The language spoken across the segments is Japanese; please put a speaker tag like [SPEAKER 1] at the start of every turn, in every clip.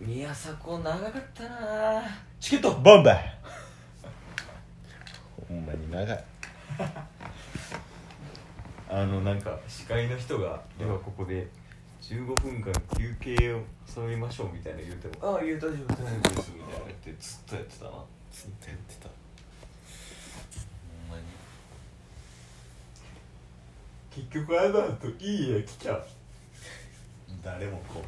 [SPEAKER 1] 宮迫長かったなチケット
[SPEAKER 2] ボンバーほんまに長 い
[SPEAKER 1] あのなんか司会の人が「ではここで15分間休憩を挟みましょう」みたいな言うても「ああいや大丈夫大丈夫です」みたいな言ってずっとやってたなほん
[SPEAKER 2] ずっとやってた
[SPEAKER 1] まに結局あれだといい家来ちゃう
[SPEAKER 2] 誰もこう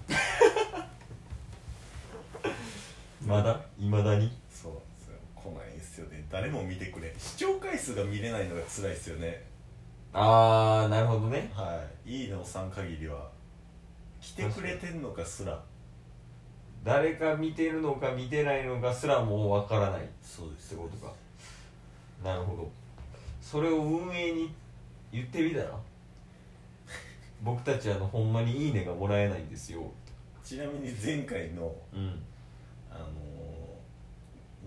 [SPEAKER 1] まだいまだに
[SPEAKER 2] そうそれ来ないですよね誰も見てくれ視聴回数が見れないのが辛いですよね
[SPEAKER 1] ああなるほどね
[SPEAKER 2] はいいいねをさん限りは来てくれてんのかすら
[SPEAKER 1] 誰か見てるのか見てないのかすらもうわからない
[SPEAKER 2] そうで
[SPEAKER 1] ってことかなるほどそれを運営に言ってみた ら僕たちあのほんまに「いいね」がもらえないんですよ
[SPEAKER 2] ちなみに前回の
[SPEAKER 1] うん
[SPEAKER 2] あのー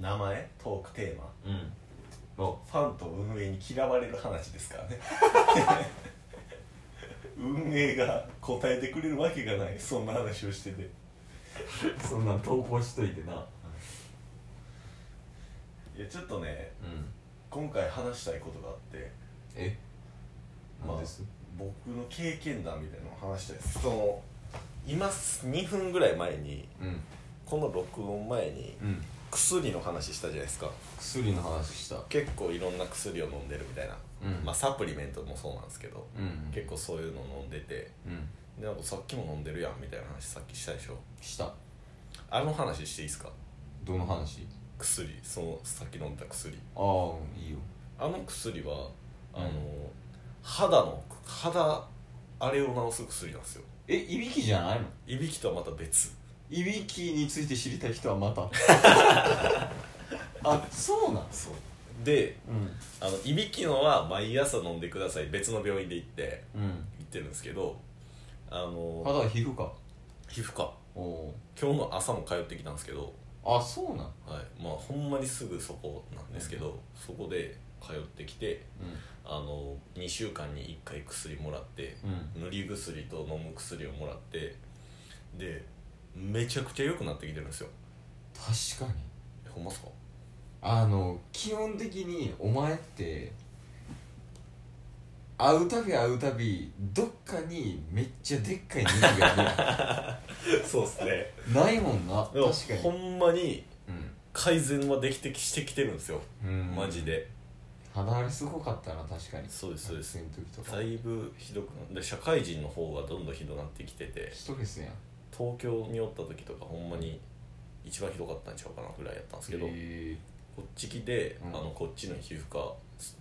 [SPEAKER 2] 名前トークテーマ
[SPEAKER 1] うんお
[SPEAKER 2] ファンと運営に嫌われる話ですからね 運営が答えてくれるわけがないそんな話をしてて
[SPEAKER 1] そんなん投稿しといてない
[SPEAKER 2] やちょっとね
[SPEAKER 1] うん
[SPEAKER 2] 今回話したいことがあって
[SPEAKER 1] え
[SPEAKER 2] ま
[SPEAKER 1] ま
[SPEAKER 2] あ
[SPEAKER 1] あです
[SPEAKER 2] 僕の経験談みたいなのを話したいですその今2分ぐらい前に
[SPEAKER 1] うん
[SPEAKER 2] この録音前に
[SPEAKER 1] うん
[SPEAKER 2] 薬の話したじゃないですか
[SPEAKER 1] 薬の話した
[SPEAKER 2] 結構いろんな薬を飲んでるみたいな、
[SPEAKER 1] うん
[SPEAKER 2] まあサプリメントもそうなんですけど、
[SPEAKER 1] うん
[SPEAKER 2] 結構そういうの飲んでて
[SPEAKER 1] うん
[SPEAKER 2] でなんかさっきも飲んでるやんみたいな話さっきしたでしょ
[SPEAKER 1] した
[SPEAKER 2] あの話していいですか
[SPEAKER 1] どの話
[SPEAKER 2] 薬そのさっき飲んだ薬
[SPEAKER 1] ああいいよ
[SPEAKER 2] あの薬はあの、
[SPEAKER 1] うん
[SPEAKER 2] 肌の肌あれを治す薬なんですよ
[SPEAKER 1] えいびきじゃないの
[SPEAKER 2] いびきとはまた別
[SPEAKER 1] いびきについて知りたい人はま たあそうなん
[SPEAKER 2] そうで
[SPEAKER 1] うん
[SPEAKER 2] あのいびきのは毎朝飲んでください別の病院で行って
[SPEAKER 1] うん
[SPEAKER 2] 行ってるんですけどあの
[SPEAKER 1] 肌は皮膚か
[SPEAKER 2] 皮膚科
[SPEAKER 1] おお
[SPEAKER 2] 今日の朝も通ってきたんですけど、
[SPEAKER 1] あそうなん
[SPEAKER 2] はい、まあほんまにすぐそこなんですけど、そこで通ってきてあの2週間に1回薬もらって
[SPEAKER 1] うんうん
[SPEAKER 2] 塗り薬と飲む薬をもらってでめちゃくちゃ良くなってきてるんですよ
[SPEAKER 1] 確かに
[SPEAKER 2] えほんまっすか
[SPEAKER 1] あの基本的にお前って会うたび会うたびどっかにめっちゃでっかい肉が あ
[SPEAKER 2] そうっすね
[SPEAKER 1] るないもんな
[SPEAKER 2] でも
[SPEAKER 1] 確か
[SPEAKER 2] ほ
[SPEAKER 1] に
[SPEAKER 2] んまに改善はできてきしてきてるんですよ
[SPEAKER 1] うん
[SPEAKER 2] マジで
[SPEAKER 1] 肌荒れすごかったな確かに
[SPEAKER 2] そうですそうです
[SPEAKER 1] 学生の時とか
[SPEAKER 2] だいぶひどくなで社会人の方がどんどんひどなってきてて
[SPEAKER 1] ストレスやん
[SPEAKER 2] 東京におった時とかほんまに一番ひどかったんちゃうかなぐらいやったんですけど、
[SPEAKER 1] え
[SPEAKER 2] こっち来て、
[SPEAKER 1] うん
[SPEAKER 2] あのこっちの皮膚科す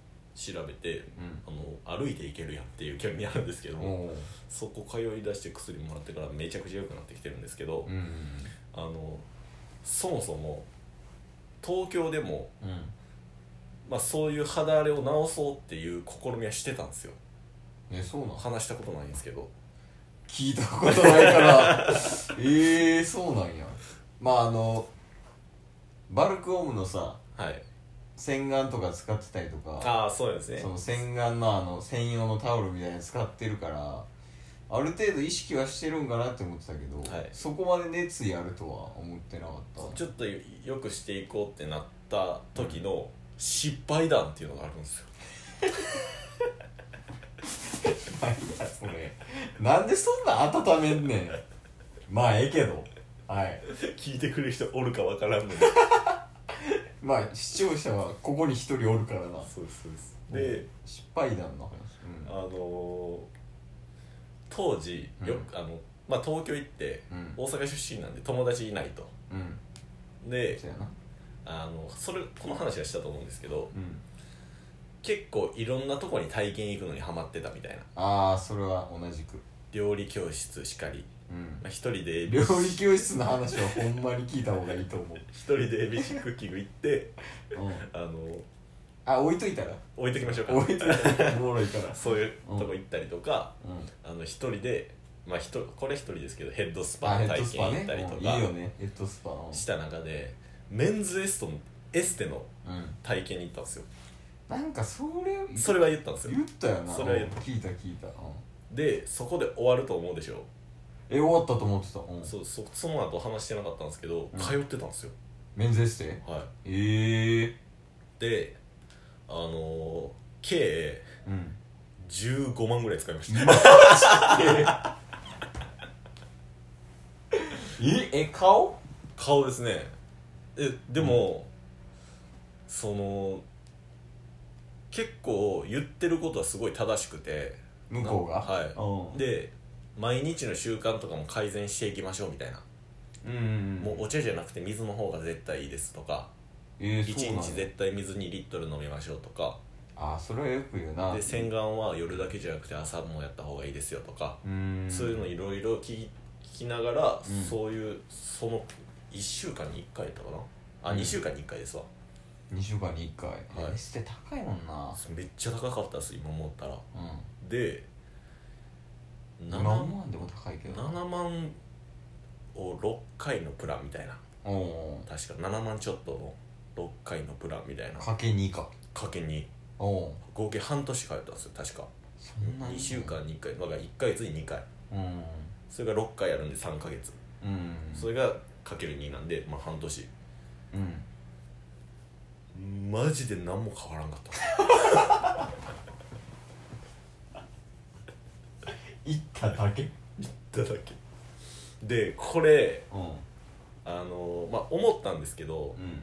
[SPEAKER 2] 調べて
[SPEAKER 1] うん
[SPEAKER 2] あの歩いていけるやんっていう距離にあるんですけども、
[SPEAKER 1] おう
[SPEAKER 2] そこ通い出して薬もらってからめちゃくちゃ良くなってきてるんですけど、
[SPEAKER 1] うん
[SPEAKER 2] あのそもそも東京でも、
[SPEAKER 1] うん
[SPEAKER 2] まあ、そういう肌荒れを治そうっていう試みはしてたんですよ
[SPEAKER 1] えそうなん
[SPEAKER 2] 話したことないんですけど
[SPEAKER 1] 聞いたことないから ええー、そうなんやまああのバルクオムのさ
[SPEAKER 2] はい
[SPEAKER 1] 洗顔とか使ってたりとか
[SPEAKER 2] ああそうですね
[SPEAKER 1] その洗顔のあの専用のタオルみたいなの使ってるからある程度意識はしてるんかなって思ってたけど、
[SPEAKER 2] はい
[SPEAKER 1] そこまで熱意あるとは思ってなかった
[SPEAKER 2] ちょっとよくしていこうってなった時の失敗談っていうのがあるんですよ
[SPEAKER 1] 何やそれなんでそんな温めんねんまあええけどはい
[SPEAKER 2] 聞いてくれる人おるかわから んので
[SPEAKER 1] まあ視聴者はここに一人おるからな
[SPEAKER 2] そうですそうです
[SPEAKER 1] う
[SPEAKER 2] で
[SPEAKER 1] ん、失敗談の話
[SPEAKER 2] あのー当時よく、あのまあ東京行って
[SPEAKER 1] うんうん
[SPEAKER 2] 大阪出身なんで友達いないと
[SPEAKER 1] うん
[SPEAKER 2] で
[SPEAKER 1] そうやな
[SPEAKER 2] あのそれこの話はしたと思うんですけど
[SPEAKER 1] うん
[SPEAKER 2] 結構いろんなとこに体験行くのにハマってたみたいな
[SPEAKER 1] ああそれは同じく
[SPEAKER 2] 料理教室しかり、
[SPEAKER 1] うん
[SPEAKER 2] まあ、一人で
[SPEAKER 1] 料
[SPEAKER 2] ABC
[SPEAKER 1] 理教室の話はほんまに聞いた方がいいと思う、
[SPEAKER 2] 一人で ABC クッキング行って
[SPEAKER 1] うん、
[SPEAKER 2] あの
[SPEAKER 1] あ置いといたら
[SPEAKER 2] 置いときましょうか
[SPEAKER 1] 置いといたらおもろいから
[SPEAKER 2] そういうとこ行ったりとか、
[SPEAKER 1] うん
[SPEAKER 2] あの一人でまあ一人これ一人ですけどヘッドスパ
[SPEAKER 1] あヘ
[SPEAKER 2] の
[SPEAKER 1] ッ
[SPEAKER 2] 体
[SPEAKER 1] ドスパ
[SPEAKER 2] 験行
[SPEAKER 1] ね
[SPEAKER 2] ったりと
[SPEAKER 1] うんいい
[SPEAKER 2] か
[SPEAKER 1] よねヘッドスパうん
[SPEAKER 2] した中でメンズエストのエステの
[SPEAKER 1] うん
[SPEAKER 2] 体験に行ったんですよ
[SPEAKER 1] なんかそれ
[SPEAKER 2] それは言ったんですよ
[SPEAKER 1] 言ったよな
[SPEAKER 2] それは言
[SPEAKER 1] うん
[SPEAKER 2] った
[SPEAKER 1] 聞いた聞いたうん
[SPEAKER 2] でそこで終わると思うでしょ
[SPEAKER 1] え終わったと思ってた、うん
[SPEAKER 2] そうそその後話してなかったんですけど、
[SPEAKER 1] うん
[SPEAKER 2] 通ってたんですよ
[SPEAKER 1] 免税して
[SPEAKER 2] はい
[SPEAKER 1] ええ
[SPEAKER 2] であのー計
[SPEAKER 1] うん
[SPEAKER 2] 15万ぐらい使いました
[SPEAKER 1] ええ顔
[SPEAKER 2] 顔ですねえでも、その結構言ってることはすごい正しくて
[SPEAKER 1] 向こうが
[SPEAKER 2] はい
[SPEAKER 1] で
[SPEAKER 2] で毎日の習慣とかも改善していきましょうみたいな、
[SPEAKER 1] うんうん
[SPEAKER 2] もうお茶じゃなくて水の方が絶対いいですとか
[SPEAKER 1] えー、そう
[SPEAKER 2] 1
[SPEAKER 1] なん
[SPEAKER 2] 日
[SPEAKER 1] や
[SPEAKER 2] 絶対水2リットル飲みましょうとか
[SPEAKER 1] あそれはよく言うな
[SPEAKER 2] で洗顔は夜だけじゃなくて朝もやった方がいいですよとか、
[SPEAKER 1] うん
[SPEAKER 2] そういうのいろいろ聞き聞きながら、
[SPEAKER 1] うん
[SPEAKER 2] そういうその1週間に1回やったかなあ、
[SPEAKER 1] うん
[SPEAKER 2] 2週間に1回ですわ
[SPEAKER 1] 2週間に1回
[SPEAKER 2] はい
[SPEAKER 1] エステ高いもんな
[SPEAKER 2] めっちゃ高かったです今思ったら
[SPEAKER 1] う
[SPEAKER 2] で
[SPEAKER 1] ん
[SPEAKER 2] 7,
[SPEAKER 1] 7万でも高いけどな
[SPEAKER 2] 7万を6回のプランみたいな
[SPEAKER 1] おお
[SPEAKER 2] 確か7万ちょっとの6回のプランみたいな
[SPEAKER 1] かけ2か
[SPEAKER 2] かけに
[SPEAKER 1] おお
[SPEAKER 2] 合計半年通ったんですよ確か
[SPEAKER 1] そんなに
[SPEAKER 2] 2週間に1回だから1ヶ月に2回
[SPEAKER 1] うん
[SPEAKER 2] それが6回やるんで3ヶ月
[SPEAKER 1] うん
[SPEAKER 2] それがかける2なんでまあ半年
[SPEAKER 1] うん
[SPEAKER 2] マジで何も変わらんかった
[SPEAKER 1] 行っただけ
[SPEAKER 2] だだけでこれ
[SPEAKER 1] うん
[SPEAKER 2] あのまあ思ったんですけど、
[SPEAKER 1] うん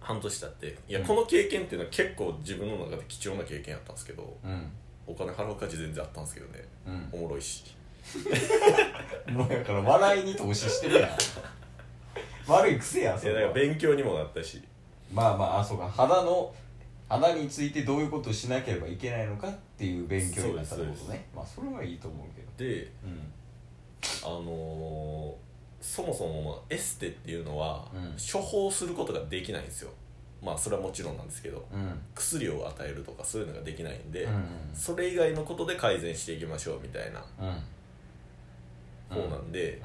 [SPEAKER 2] 半年経っていや、
[SPEAKER 1] うん
[SPEAKER 2] この経験っていうのは結構自分の中で貴重な経験やったんですけど
[SPEAKER 1] うん
[SPEAKER 2] お金払う価値全然あったんですけどね
[SPEAKER 1] うん
[SPEAKER 2] おもろいし
[SPEAKER 1] もうやから笑いに投資してるやん 悪い癖やん
[SPEAKER 2] い
[SPEAKER 1] そ
[SPEAKER 2] やだ
[SPEAKER 1] れ
[SPEAKER 2] か
[SPEAKER 1] は
[SPEAKER 2] ら勉強にもなったし
[SPEAKER 1] まあまああそうか肌の肌についてどういうことをしなければいけないのかっていう勉強になったってこと
[SPEAKER 2] そうです
[SPEAKER 1] ねまあそれはいいと思うけど
[SPEAKER 2] で
[SPEAKER 1] うん
[SPEAKER 2] あのーそもそもエステっていうのは、
[SPEAKER 1] うん
[SPEAKER 2] 処方することができないんですよまあそれはもちろんなんですけど
[SPEAKER 1] うん
[SPEAKER 2] 薬を与えるとかそういうのができないんで、
[SPEAKER 1] うん
[SPEAKER 2] それ以外のことで改善していきましょうみたいな
[SPEAKER 1] うん
[SPEAKER 2] 方なんで、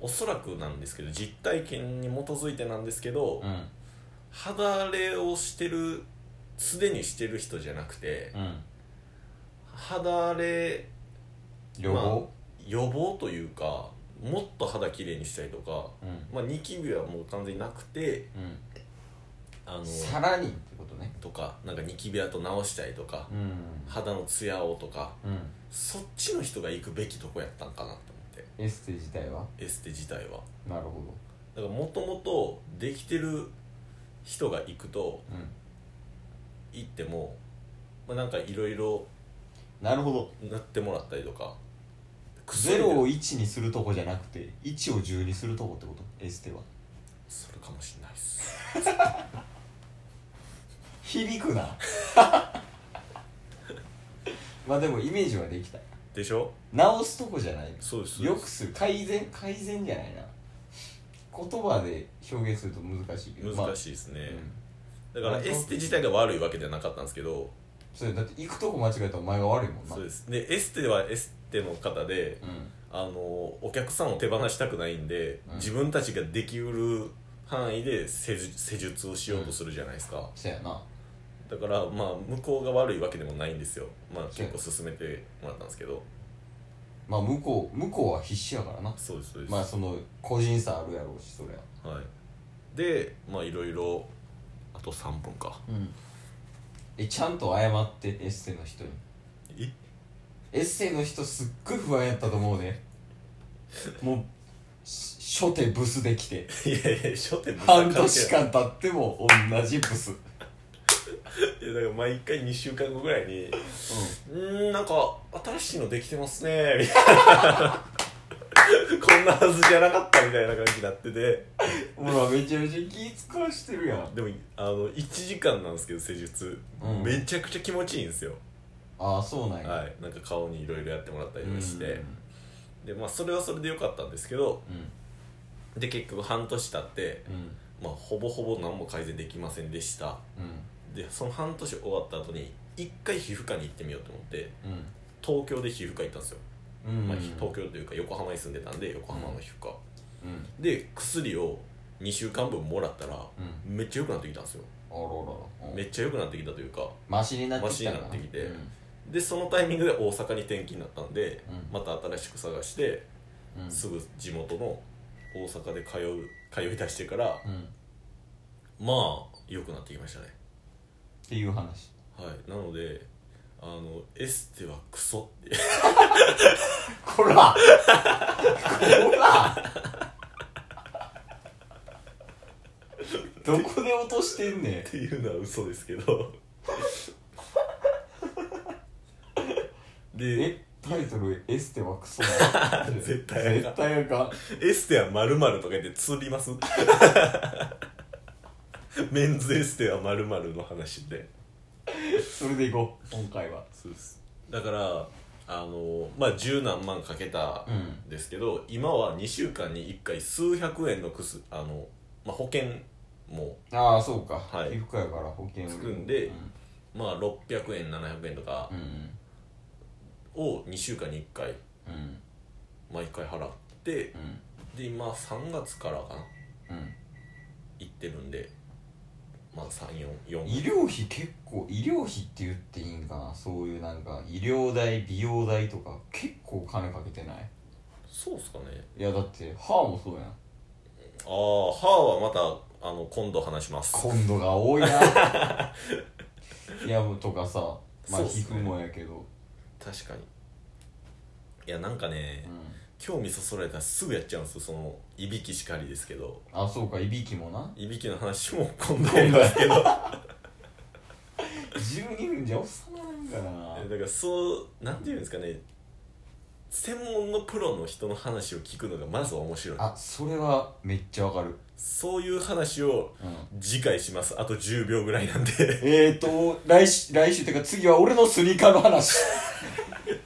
[SPEAKER 2] おそらくなんですけど実体験に基づいてなんですけど、
[SPEAKER 1] うんうん
[SPEAKER 2] 肌荒れをしてるすでにしてる人じゃなくて、
[SPEAKER 1] うん
[SPEAKER 2] 肌荒れ
[SPEAKER 1] 予防
[SPEAKER 2] 予防というかもっと肌きれいにしたりとか、
[SPEAKER 1] うん
[SPEAKER 2] まあ、ニキビはもう完全になくて
[SPEAKER 1] う
[SPEAKER 2] あの
[SPEAKER 1] んさらにってことね
[SPEAKER 2] とかなんかニキビ跡直したりとか、
[SPEAKER 1] うん
[SPEAKER 2] 肌のツヤをとか
[SPEAKER 1] うん
[SPEAKER 2] そっちの人が行くべきとこやったんかなと思って
[SPEAKER 1] エステ自体は
[SPEAKER 2] エステ自体は
[SPEAKER 1] なるほど
[SPEAKER 2] だからもともとできてる人が行くと
[SPEAKER 1] うん
[SPEAKER 2] 行っても、まあ、なんかいろいろ
[SPEAKER 1] なるほど
[SPEAKER 2] 塗ってもらったりとか
[SPEAKER 1] 0を1にするとこじゃなくて1を10にするとこってことエステは
[SPEAKER 2] それかもしれないっす
[SPEAKER 1] 響くなまあでもイメージはできた
[SPEAKER 2] でしょ
[SPEAKER 1] 直すとこじゃない
[SPEAKER 2] そうです
[SPEAKER 1] よくする改善改善じゃないな言葉で表現すると難しいけど
[SPEAKER 2] 難
[SPEAKER 1] い、
[SPEAKER 2] しいです
[SPEAKER 1] ま
[SPEAKER 2] ね
[SPEAKER 1] あ、うん
[SPEAKER 2] だからエステ自体が悪いわけじゃなかったんですけど
[SPEAKER 1] それだって行くとこ間違えたらお前が悪いもんな
[SPEAKER 2] そうですでエステはエステの方で
[SPEAKER 1] うん
[SPEAKER 2] あのお客さんを手放したくないんで、
[SPEAKER 1] うん
[SPEAKER 2] 自分たちができうる範囲で施術施術をしようとするじゃないですか、
[SPEAKER 1] そやな
[SPEAKER 2] だからまあ向こうが悪いわけでもないんですよまあ
[SPEAKER 1] そう
[SPEAKER 2] 結構進めてもらったんですけど
[SPEAKER 1] まあ向こう向こうは必死やからな
[SPEAKER 2] そうですそうです、
[SPEAKER 1] まあその個人差あるやろうしそりゃ
[SPEAKER 2] はいでまあいろいろあと3分か
[SPEAKER 1] うんえちゃんと謝ってエッセの人に
[SPEAKER 2] え
[SPEAKER 1] エッセの人すっごい不安やったと思う ねもうし初手ブスできて
[SPEAKER 2] いやいや初手ぶっ
[SPEAKER 1] 半
[SPEAKER 2] かけ
[SPEAKER 1] 年間経っても同じブスうん
[SPEAKER 2] いやだから毎回2週間後ぐらいに「うーんなんか新しいのできてますね」みたいな こんなはずじゃなかったみたいな感じになってて
[SPEAKER 1] ほらめちゃめちゃ気使わしてるやん
[SPEAKER 2] でもあの1時間なんですけど施術、
[SPEAKER 1] うん
[SPEAKER 2] めちゃくちゃ気持ちいいんですよ、
[SPEAKER 1] ああそうなんや、
[SPEAKER 2] はいなんか顔にいろいろやってもらったりとかして、
[SPEAKER 1] うん
[SPEAKER 2] でまあそれはそれで良かったんですけどで結局半年経って、
[SPEAKER 1] うん
[SPEAKER 2] まあ、ほぼほぼ何も改善できませんでした
[SPEAKER 1] う
[SPEAKER 2] でその半年終わった後に一回皮膚科に行ってみようと思って
[SPEAKER 1] ん
[SPEAKER 2] 東京で皮膚科行ったんですよ、
[SPEAKER 1] うんうん
[SPEAKER 2] まあ、東京というか横浜に住んでたんで横浜の皮膚科、
[SPEAKER 1] うん
[SPEAKER 2] で薬を2週間分もらったら
[SPEAKER 1] うん
[SPEAKER 2] めっちゃ良くなってきたんですよ
[SPEAKER 1] あららら
[SPEAKER 2] めっちゃ良くなってきたというか
[SPEAKER 1] マシになってきたか
[SPEAKER 2] マシになってきて
[SPEAKER 1] うん
[SPEAKER 2] でそのタイミングで大阪に転勤になったんで
[SPEAKER 1] うん
[SPEAKER 2] また新しく探して
[SPEAKER 1] うん
[SPEAKER 2] すぐ地元の大阪で通う通い出してから
[SPEAKER 1] うんっ
[SPEAKER 2] まあ良くなってきましたね
[SPEAKER 1] ていう話
[SPEAKER 2] はいなのであのエステはクソって
[SPEAKER 1] こらこら どこで落としてんねん
[SPEAKER 2] っていうのは嘘ですけ どで
[SPEAKER 1] えタイトル「エステはクソだ」
[SPEAKER 2] 絶対
[SPEAKER 1] 絶対あかん
[SPEAKER 2] エステはまるまるとか言って釣ります メンズエステはまるまるの話で
[SPEAKER 1] それでいこう今回は
[SPEAKER 2] そうですだからあのまあ十何万かけた
[SPEAKER 1] うん
[SPEAKER 2] んですけど、今は2週間に1回数百円のくすあの、まあ、保険も
[SPEAKER 1] ああそうか、
[SPEAKER 2] はい
[SPEAKER 1] 皮膚科やから保険を
[SPEAKER 2] つくんで
[SPEAKER 1] うん
[SPEAKER 2] まあ600円700円とか
[SPEAKER 1] うん
[SPEAKER 2] を2週間に1回
[SPEAKER 1] うん
[SPEAKER 2] 毎回払って
[SPEAKER 1] うん
[SPEAKER 2] で今3月からかな
[SPEAKER 1] うん
[SPEAKER 2] 行ってるんでまあ344
[SPEAKER 1] 医療費結構医療費って言っていいんかなそういうなんか医療代美容代とか結構金かけてない
[SPEAKER 2] そうっすかね
[SPEAKER 1] いやだって歯もそうやん
[SPEAKER 2] ああ歯はまたあの今度話します
[SPEAKER 1] 今度が多いないやもうとかさまあ
[SPEAKER 2] そうっす
[SPEAKER 1] 皮
[SPEAKER 2] ね
[SPEAKER 1] 膚もやけど
[SPEAKER 2] 確かにいやなんかね、
[SPEAKER 1] うん
[SPEAKER 2] 興味そそられたらすぐやっちゃうんですよそのいびきしかりですけど
[SPEAKER 1] あそうかいびきもない
[SPEAKER 2] びきの話も今度やりますけど
[SPEAKER 1] 12分じゃ収まらんかな
[SPEAKER 2] だからそうなんていうんですかね専門のプロの人の話を聞くのがまずは面白い
[SPEAKER 1] あそれはめっちゃわかる、
[SPEAKER 2] そういう話を
[SPEAKER 1] うん、
[SPEAKER 2] 次回しますあと10秒ぐらいなんで
[SPEAKER 1] えーと来週来週っていうか次は俺のスニーカーの話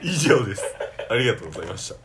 [SPEAKER 2] 以上ですありがとうございました